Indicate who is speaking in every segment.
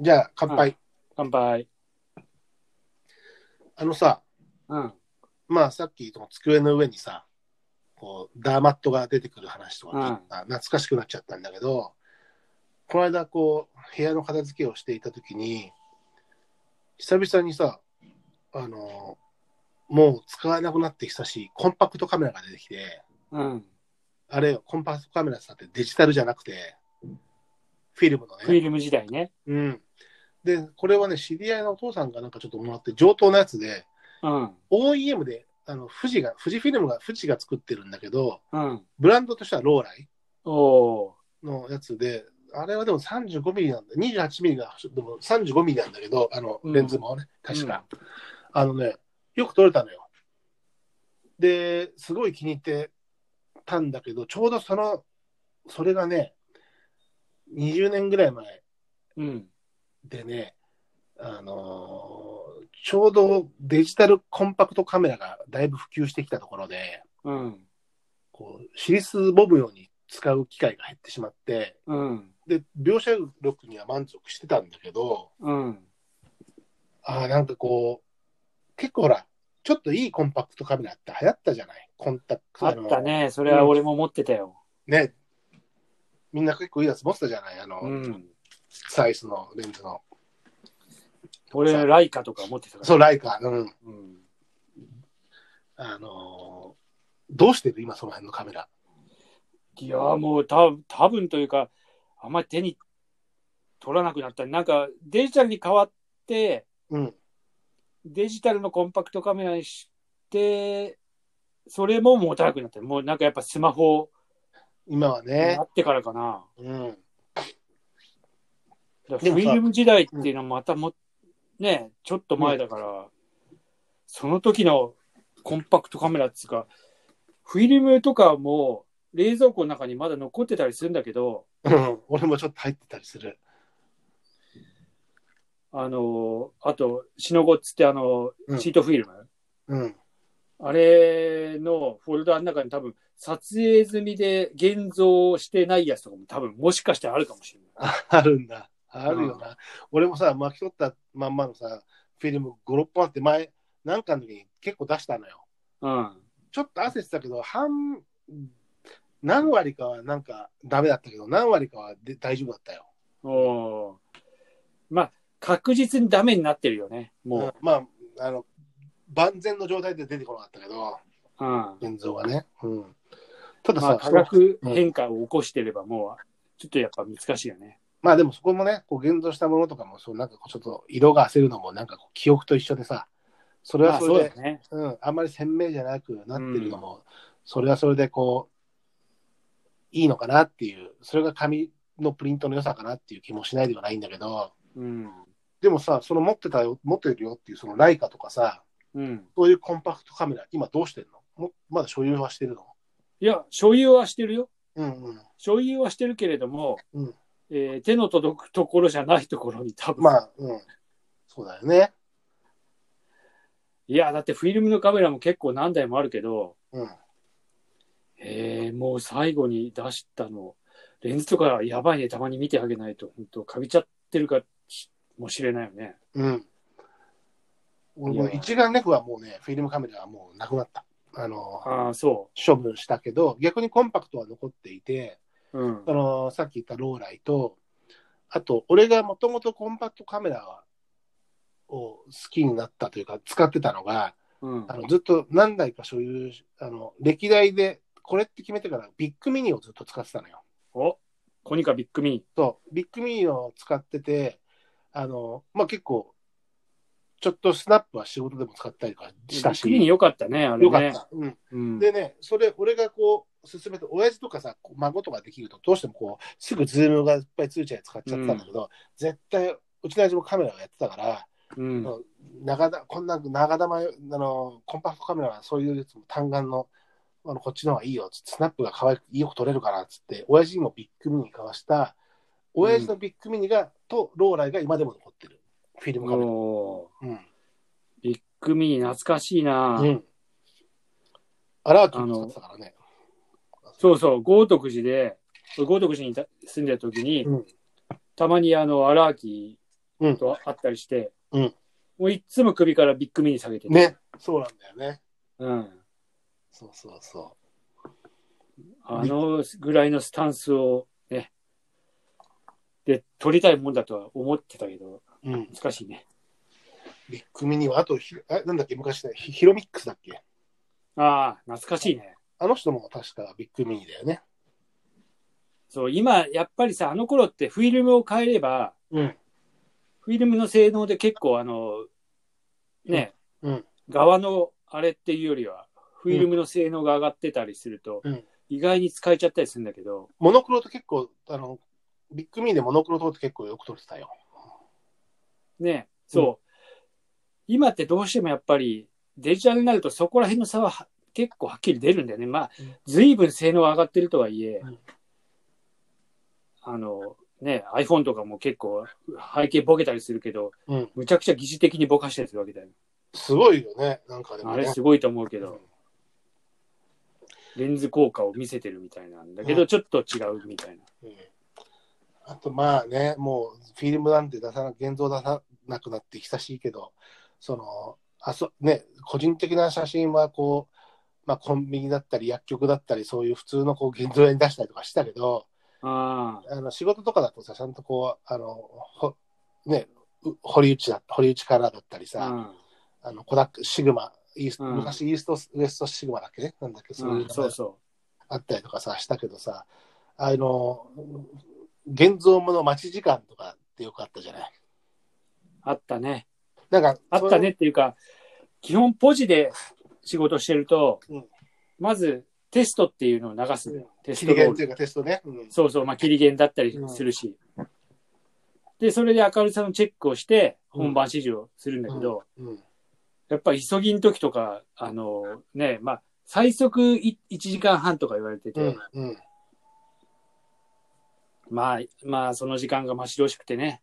Speaker 1: じゃあ、乾杯。
Speaker 2: 乾杯。
Speaker 1: あのさ、
Speaker 2: うん。
Speaker 1: まあさっきの机の上にさ、こう、ダーマットが出てくる話とかあった、懐かしくなっちゃったんだけど、この間こう、部屋の片付けをしていた時に、久々にさ、あの、もう使わなくなって久しいコンパクトカメラが出てきて、
Speaker 2: うん。
Speaker 1: あれよ、コンパクトカメラさってデジタルじゃなくて、フィルムのね。
Speaker 2: フィルム時代ね。
Speaker 1: うん。で、これはね、知り合いのお父さんがなんかちょっともらって、上等なやつで、
Speaker 2: うん。
Speaker 1: OEM で、あの、富士が、富士フィルムが、富士が作ってるんだけど、
Speaker 2: うん。
Speaker 1: ブランドとしてはローライ
Speaker 2: おー。
Speaker 1: のやつで、あれはでも35ミリなんだ、28ミリが、でも35ミリなんだけど、あの、
Speaker 2: うん
Speaker 1: レンズもね、確か、あのね、よく撮れたのよ。で、すごい気に入ってたんだけど、ちょうどその、それがね、20年ぐらい前、
Speaker 2: うん。
Speaker 1: でね、あのーちょうどデジタルコンパクトカメラがだいぶ普及してきたところで、
Speaker 2: うん。
Speaker 1: こう、シリスボブように使う機会が減ってしまって、
Speaker 2: うん。
Speaker 1: で、描写力には満足してたんだけど、
Speaker 2: うん。
Speaker 1: ああ、なんかこう、結構ほら、ちょっといいコンパクトカメラって流行ったじゃないコンタクト。
Speaker 2: あったね。それは俺も持ってたよ。
Speaker 1: あの。ね。みんな結構いいやつ持ってたじゃないあの、
Speaker 2: うん。
Speaker 1: サイズのレンズの。
Speaker 2: 俺、ライカとか持ってたから。
Speaker 1: そう、ライカ。うん。
Speaker 2: うん。
Speaker 1: あのーどうしてる今その辺のカメラ。
Speaker 2: いやーもうた多分というかあんまり手に取らなくなったなんかデジタルに変わって
Speaker 1: うん。
Speaker 2: デジタルのコンパクトカメラにしてそれも持たなくなったもうなんかやっぱスマホ
Speaker 1: 今は
Speaker 2: に
Speaker 1: ね
Speaker 2: な。ってからかな、
Speaker 1: うん。
Speaker 2: だか
Speaker 1: で
Speaker 2: ら
Speaker 1: も
Speaker 2: フ
Speaker 1: さ
Speaker 2: ィルム時代っていうのはまたも、ねちょっと前だから、その時のコンパクトカメラっていうかフィルムとかも冷蔵庫の中にまだ残ってたりするんだけど、
Speaker 1: うん俺もちょっと入ってたりする。
Speaker 2: あの、あと、シノゴっつってあの
Speaker 1: う、ん
Speaker 2: シートフィルム。
Speaker 1: うん。
Speaker 2: あれのフォルダの中に多分、撮影済みで現像してないやつとかも多分、もしかしてあるかもしれない。
Speaker 1: ああるんだ。あるよな。俺もさ、巻き取ったまんまのさ、フィルム5、6本あって前、なんかの時に結構出したのよ。
Speaker 2: うん。
Speaker 1: ちょっと焦ってたけど、半、何割かはなんかダメだったけど、何割かはで大丈夫だったよ。
Speaker 2: おーまあ、確実にダメになってるよね、
Speaker 1: うん
Speaker 2: も
Speaker 1: まあ、あの、万全の状態で出てこなかったけど、
Speaker 2: う。うん。
Speaker 1: 現像はね。うん。ただ
Speaker 2: ま
Speaker 1: さ
Speaker 2: あ、、化学変化を起こしてればもう、ちょっとやっぱ難しいよね。
Speaker 1: まあでもそこもね、こう現像したものとかも、そうなんかこうちょっと色が焦るのも、なんかこう記憶と一緒でさ、それ
Speaker 2: ま
Speaker 1: は
Speaker 2: あ、
Speaker 1: そ
Speaker 2: そう
Speaker 1: れ
Speaker 2: だ
Speaker 1: で、
Speaker 2: ね。
Speaker 1: うん、あんまり鮮明じゃなくなってるのも、それはそれでこう、いいのかなっていう、それが紙のプリントの良さかなっていう気もしないではないんだけど、
Speaker 2: うん。
Speaker 1: でもさ、その持ってたよ、持ってるよっていう、そのライカとかさ、
Speaker 2: うん。
Speaker 1: そういうコンパクトカメラ、今どうしてんのもまだ所有はしてるの
Speaker 2: いや、所有はしてるよ。
Speaker 1: うんうん。
Speaker 2: 所有はしてるけれども、
Speaker 1: うん
Speaker 2: えー手の届くところじゃないところに多分、
Speaker 1: まあ、うん。そうだよね。
Speaker 2: いやだってフィルムのカメラも結構何台もあるけど、
Speaker 1: うん。
Speaker 2: えーもう最後に出したのレンズとかやばいねたまに見てあげないと本当かびちゃってるかもしれないよね
Speaker 1: うん。俺も
Speaker 2: いや
Speaker 1: 一眼レフはもうね、フィルムカメラはもうなくなった。あの、
Speaker 2: ああそ
Speaker 1: 処分したけど、逆にコンパクトは残っていて、
Speaker 2: ううん
Speaker 1: あの、さっき言ったローライと、あと、俺がもともとコンパクトカメラを好きになったというか、使ってたのが、
Speaker 2: うん
Speaker 1: あのずっと何台か所有し、あの、歴代で、これって決めてからビッグミニをずっと使ってたのよ。
Speaker 2: おコニカビッグミ
Speaker 1: そう、ビッグミニを使ってて、あの、まあ、結構、ちょっとスナップは仕事でも使ったりとか
Speaker 2: ニ
Speaker 1: したし、
Speaker 2: ビッグミニ良かったねあれね
Speaker 1: よかった。うん。
Speaker 2: うん、
Speaker 1: でね、それ、俺がこう、進めて、親父とかさ、こう孫とかできると、どうしてもこう、すぐズームがいっぱい通知で使っちゃってたんだけど、絶対、うちの親父もカメラをやってたから、
Speaker 2: うん
Speaker 1: あの長だこんな長玉、あの、コンパクトカメラはそういうやつも単眼の、あのこっちの方がいいよ、つってスナップが可愛く、よく撮れるから、つって、親父にもビッグミニ買わした、親父のビッグミニが、と、ローライが今でも残ってる。フィルムカメラ。
Speaker 2: おー
Speaker 1: うん。
Speaker 2: ビッグミニ懐かしいな、
Speaker 1: うん。アラートも使ってたからね。
Speaker 2: そうそう豪徳寺で俺豪徳寺にいた住んでた時に、
Speaker 1: うん
Speaker 2: たまにあの荒木
Speaker 1: うん
Speaker 2: とあったりして、
Speaker 1: うん
Speaker 2: もういっつも首からビッグミニ下げてて、
Speaker 1: ね、そうなんだよね。
Speaker 2: うん、
Speaker 1: そうそうそ
Speaker 2: あのぐらいのスタンスをね、で、取りたいもんだとは思ってたけど、
Speaker 1: う。うん。
Speaker 2: 難しいね。
Speaker 1: ビッグミニは、あとひ、あなんだっけ、昔ね、ヒヒロミックスだっけ。
Speaker 2: ああ、懐かしいね。
Speaker 1: あの人も確かビッグミニだよね。
Speaker 2: そう、今、やっぱりさ、あの頃ってフィルムを変えれば、
Speaker 1: うん。
Speaker 2: フィルムの性能で結構、あの、ね、
Speaker 1: うん
Speaker 2: 側のあれっていうよりは、フィルムの性能が上がってたりすると、
Speaker 1: うん
Speaker 2: 意外に使えちゃったりするんだけど、
Speaker 1: モノクロと結構、あの、ビッグミニでモノクロ撮って結構よく撮れてたよ。
Speaker 2: ね、そう、今ってどうしてもやっぱりデジタルになるとそこら辺の差はは結構はっきり出るんだよね。まあ
Speaker 1: うん、
Speaker 2: 随分性能が上がってるとはいえ、
Speaker 1: うん
Speaker 2: あの、ね、iPhone とかも結構背景ボケたりするけど、
Speaker 1: うん。
Speaker 2: むちゃくちゃ疑似的にぼかしたりするわけだよ。
Speaker 1: すごいよね、なんかでも
Speaker 2: あ
Speaker 1: ね。
Speaker 2: れすごいと思うけ
Speaker 1: うん
Speaker 2: ど、レンズ効果を見せてるみたいなんだけど、
Speaker 1: う
Speaker 2: ちょっと違うみたいな。
Speaker 1: うんあとまあね、もうフィルムなんて出さな、現像出さなくなって久しいけど、その、あそね、個人的な写真はこう、まあ、コンビニだったり薬局だったりそういう普通のこう現像屋に出したりとかしたけど
Speaker 2: ああ、
Speaker 1: あの仕事とかだとさちゃんとこうあのほ、ね、う堀内だ堀内からだったりさ、
Speaker 2: うん
Speaker 1: あのコダックシグマイース
Speaker 2: うん
Speaker 1: 昔イーストウエストシグマだっけねなんだっけそう
Speaker 2: う
Speaker 1: いうん
Speaker 2: そうそう。
Speaker 1: あったりとかさしたけどさあの現像もの待ち時間とかってよくあったじゃない
Speaker 2: あったね。
Speaker 1: なんか
Speaker 2: あったねっていうか、基本ポジで仕事してると、
Speaker 1: うん
Speaker 2: まずテストっていうのを流すのよ。テス
Speaker 1: 切
Speaker 2: ト
Speaker 1: り
Speaker 2: ロー
Speaker 1: 替えとい
Speaker 2: ル。
Speaker 1: うかテストね、うん
Speaker 2: そうそう、まあ、切り減だったりするし。で、それで明るさのチェックをして、
Speaker 1: うん
Speaker 2: 本番指示をするんだけど、
Speaker 1: うん
Speaker 2: やっぱ急ぎん時とか、あのね、まあ、最速い1時間半とか言われてて、
Speaker 1: うんうん、
Speaker 2: まあ、まあ、その時間が待ち遠しくてね。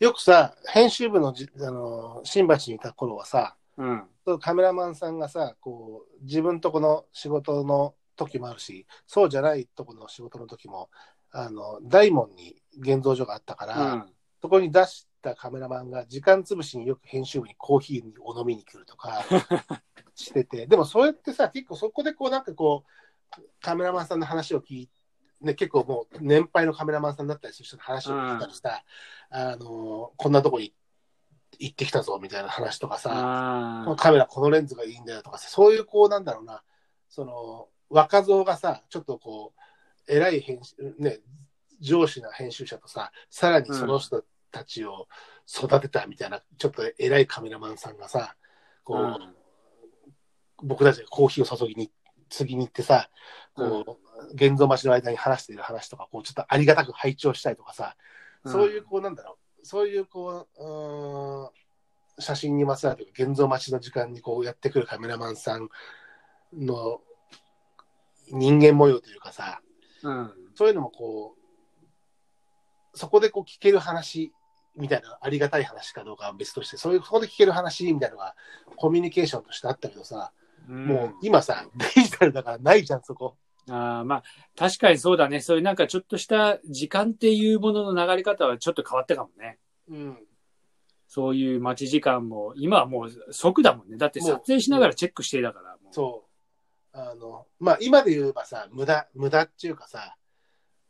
Speaker 1: よくさ編集部のじあの新橋にいた頃はさ
Speaker 2: うん。
Speaker 1: そうカメラマンさんがさこう自分とこの仕事の時もあるしそうじゃないとこの仕事の時もあの大門に現像所があったから、
Speaker 2: うん。
Speaker 1: そこに出したカメラマンが時間潰しによく編集部にコーヒーを飲みに来ると かしてて、でもそうやってさ、結構そこでこうなんかこう、カメラマンさんの話を聞いて、ね、結構もう年配のカメラマンさんだったりする人の話を聞いたりさ、あの、こんなとこに行ってきたぞみたいな話とかさ、
Speaker 2: あ
Speaker 1: この
Speaker 2: あ。
Speaker 1: カメラこのレンズがいいんだよとかさ、そういうこうなんだろうな、その若造がさ、ちょっとこう、偉い編集、ね、上司な編集者とさ、さらにその人たちを育てたみたいな、ちょっと偉いカメラマンさんがさ、こう、
Speaker 2: うん
Speaker 1: 僕たちがコーヒーを注ぎに、次に行ってさ、こう、現像待ちの間に話している話とか、こう、ちょっとありがたく拝聴したりとかさ、そういう、こう、なんだろう、そういう、こう、うーん写真にまつわるというか現像待ちの時間にこうやってくるカメラマンさんの人間模様というかさ、
Speaker 2: うん。
Speaker 1: そういうのもこう、そこでこう聞ける話みたいな、ありがたい話かどうかは別として、そういう、そこで聞ける話みたいなのがコミュニケーションとしてあったけどさ、
Speaker 2: うん
Speaker 1: もう今さ、デジタルだからないじゃん、そこ。
Speaker 2: ああまあ、確かにそうだね。そういうなんかちょっとした時間っていうものの流れ方はちょっと変わったかもね。
Speaker 1: うん。
Speaker 2: そういう待ち時間も、今はもう即だもんね。だって撮影しながらチェックしてだから。もう
Speaker 1: そう。あの、まあ、今で言えばさ、無駄、無駄っていうかさ、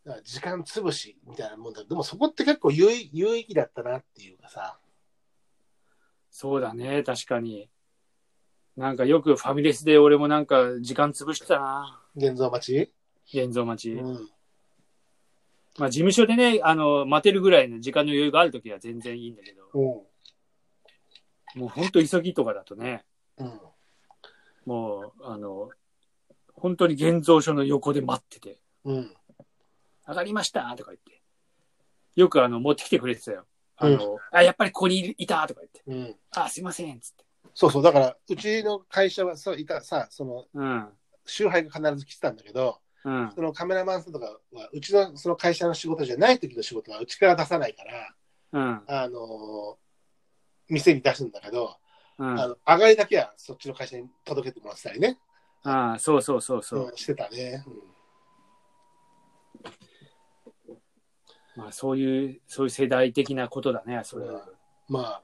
Speaker 1: だから時間潰しみたいなもんだけどでもそこって結構有意有意義だったなっていうかさ、
Speaker 2: そうだね。確かに。なんかよくファミレスで俺もなんか時間潰してたな。
Speaker 1: 現像待ち、
Speaker 2: 現像待ち。
Speaker 1: うん、
Speaker 2: まあ事務所でね、あの、待てるぐらいの時間の余裕があるときは全然いいんだけど、
Speaker 1: うん。
Speaker 2: もうほんと急ぎとかだとね、
Speaker 1: うん。
Speaker 2: もう、あの、本当に現像所の横で待ってて。
Speaker 1: うん。
Speaker 2: 上がりましたとか言って。よくあの、持ってきてくれてたよ。あの、あ、やっぱりここにいたとか言って。
Speaker 1: うん。
Speaker 2: あ、すいません。つって。
Speaker 1: そうそう。だから、うちの会社はそういたさ、その、
Speaker 2: うん。
Speaker 1: 集配が必ず来てたんだけど、
Speaker 2: うん。
Speaker 1: そのカメラマンさんとかは、うちのその会社の仕事じゃない時の仕事は、うちから出さないから、
Speaker 2: うん。
Speaker 1: あの店に出すんだけど、
Speaker 2: うん。
Speaker 1: あ
Speaker 2: あ
Speaker 1: の上がりだけはそっちの会社に届けてもらってたりね、
Speaker 2: あ、そうそうそうそう
Speaker 1: う。んしてたね。うん
Speaker 2: まあそういう、そういう世代的なことだね、それは。
Speaker 1: まあ、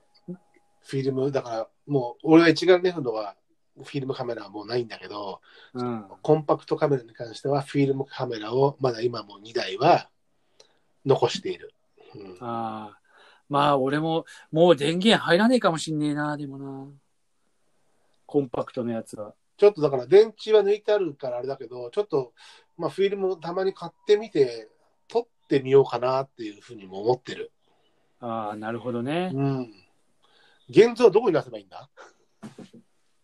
Speaker 1: フィルム、だから、もう、俺が一眼レフのは、フィルムカメラはもうないんだけど、
Speaker 2: うん。
Speaker 1: コンパクトカメラに関しては、フィルムカメラを、まだ今も2台は、残している。うん
Speaker 2: ああ。まあ俺も、もう電源入らねえかもしんねえな、でもな。コンパクトのやつは。
Speaker 1: ちょっとだから、電池は抜いてあるからあれだけど、ちょっと、まあ、フィルムをたまに買ってみて、撮ってみようかなっていうふうにも思ってる。
Speaker 2: ああ、なるほどね。
Speaker 1: うん。現像はどこに出せばいいんだ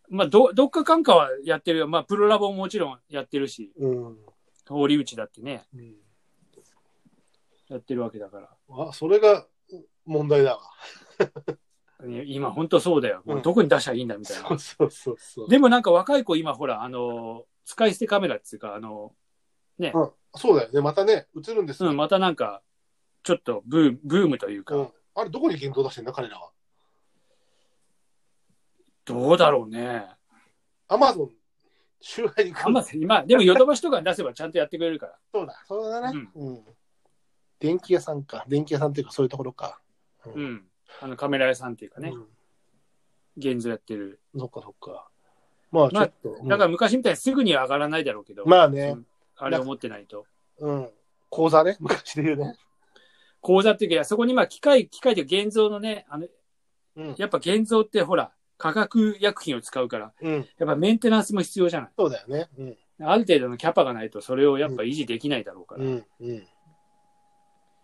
Speaker 2: まあど、どっかかんかはやってるよ。まあプロラボももちろんやってるし、
Speaker 1: うん。
Speaker 2: 堀内だってね、
Speaker 1: うん
Speaker 2: やってるわけだから。
Speaker 1: あ、それが問題だわ。
Speaker 2: ね今本当そうだよ。もうどこに出したらいいんだみたいな。
Speaker 1: そうそうそうそう。
Speaker 2: でもなんか若い子今ほら、あの、使い捨てカメラっていうか、あの、
Speaker 1: うん、そうだよね。またね、映るんですよ。
Speaker 2: うん、またなんか、ちょっとブーム、ブームというか、
Speaker 1: うんあれ、どこに現像出してんだ、彼らは。
Speaker 2: どうだろうね。
Speaker 1: アマゾン、周辺に来
Speaker 2: あ
Speaker 1: る
Speaker 2: んま、今、でもヨドバシとかに出せばちゃんとやってくれるから。
Speaker 1: そうだ、そうだね、うん。電気屋さんか。電気屋さんっていうか、そういうところか。
Speaker 2: う。
Speaker 1: うん
Speaker 2: あの、カメラ屋さんっていうかね、
Speaker 1: うん
Speaker 2: 現像やってる。
Speaker 1: そっかそっか。まあ、ちょっと。
Speaker 2: だから
Speaker 1: うん
Speaker 2: 昔みたいにすぐには上がらないだろうけど、
Speaker 1: まあね、
Speaker 2: あれを持ってないと。
Speaker 1: うん。講座ね、 昔で言うね。
Speaker 2: 講座っていうか、いやそこにまあ機械、機械で現像のね、あの、
Speaker 1: うん。
Speaker 2: やっぱ現像ってほら、化学薬品を使うから、
Speaker 1: うん。
Speaker 2: やっぱメンテナンスも必要じゃない。
Speaker 1: そうだよね。うん。
Speaker 2: ある程度のキャパがないと、それをやっぱ維持できないだろうから。
Speaker 1: うん。うん。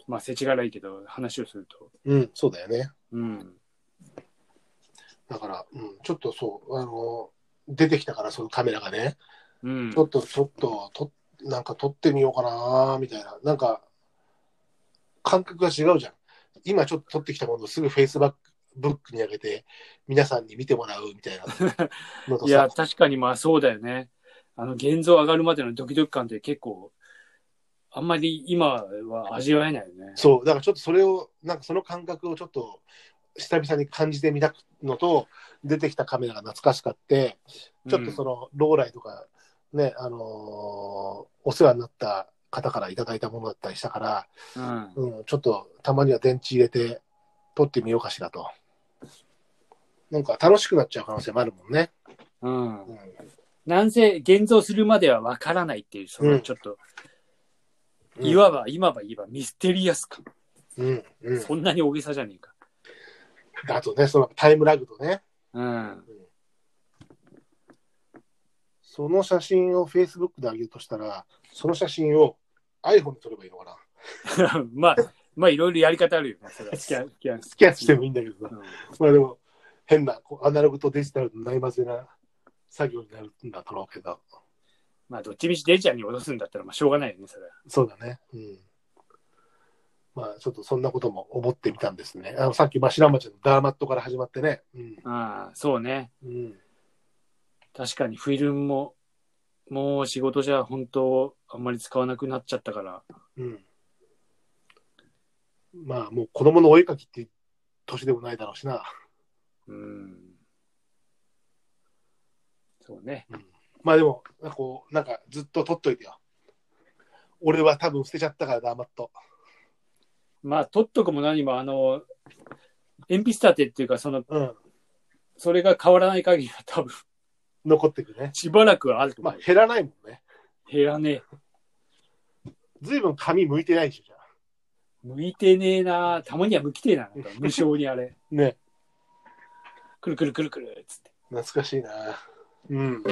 Speaker 2: まあ、世知辛いけど、話をすると。
Speaker 1: うん。そうだよね。
Speaker 2: うん。
Speaker 1: だから、うん。ちょっとそう、あの、出てきたから、そのカメラがね。
Speaker 2: うん
Speaker 1: ち。ょっと、ちょっと、と、なんか撮ってみようかなーみたいな。なんか、感覚が違うじゃん。今ちょっと撮ってきたものをすぐ Facebook ブックに上げて、皆さんに見てもらうみたいなのと
Speaker 2: いや、
Speaker 1: さ、
Speaker 2: 確かにまあそうだよね。あの、現像上がるまでのドキドキ感って結構、あんまり今は味わえないよね。
Speaker 1: そう、だからちょっとそれを、なんかその感覚をちょっと、久々に感じてみたのと、出てきたカメラが懐かしかって、ちょっとそ
Speaker 2: の、
Speaker 1: の、ローライとか、ね、あのーお世話になった方からいただいたものだったりしたから、
Speaker 2: うん。
Speaker 1: うん、ちょっとたまには電池入れて撮ってみようかしらと。なんか楽しくなっちゃう可能性もあるもんね。
Speaker 2: うん。
Speaker 1: うん、
Speaker 2: なんせ、現像するまではわからないっていう、そのちょっと、
Speaker 1: うん
Speaker 2: いわば、今ば言えばミステリアス感。
Speaker 1: うん、うん。
Speaker 2: そんなに大げさじゃねえか。
Speaker 1: あとね、そのタイムラグとね、
Speaker 2: うん。
Speaker 1: その写真を Facebook で上げるとしたら、その写真を iPhone に撮ればいいのかな。
Speaker 2: まあ、まあいろいろやり方あるよね。それはスキャン、スキャン、
Speaker 1: スキャンしてもいいんだけどさ。
Speaker 2: うん
Speaker 1: まあでも、変な、こうアナログとデジタルのないまぜな作業になるんだろうけど。
Speaker 2: まあ、どっちみちデジャーに落とすんだったら、まあしょうがないよね、それは。
Speaker 1: そうだね。うん。まあ、ちょっとそんなことも思ってみたんですね。あのさっき、まあ、白町のダーマットから始まってね。うん。
Speaker 2: ああ、そうね。
Speaker 1: うん。
Speaker 2: 確かにフィルムも、もう仕事じゃ本当、あんまり使わなくなっちゃったから。
Speaker 1: うん。まあ、もう子供のお絵かきって年でもないだろうしな。
Speaker 2: うん。そうね。
Speaker 1: まあでも、こう、なんかずっと取っといてよ。俺は多分捨てちゃったから、ダーマット。
Speaker 2: まあ、取っとくも何も、あの、鉛筆立てっていうか、その、
Speaker 1: うん。
Speaker 2: それが変わらない限りは多分、
Speaker 1: 残っていくね。
Speaker 2: しばらくはあると
Speaker 1: ま
Speaker 2: 思
Speaker 1: あ
Speaker 2: う。、
Speaker 1: 減らないもんね。
Speaker 2: 部屋ね、
Speaker 1: ずいぶん紙向いてないでしょ、じゃあ。
Speaker 2: 向いてねえなたまには向きてえななんか無性にあれ。
Speaker 1: ね。
Speaker 2: くるくるくるくる、つって。
Speaker 1: 懐かしいな。うん。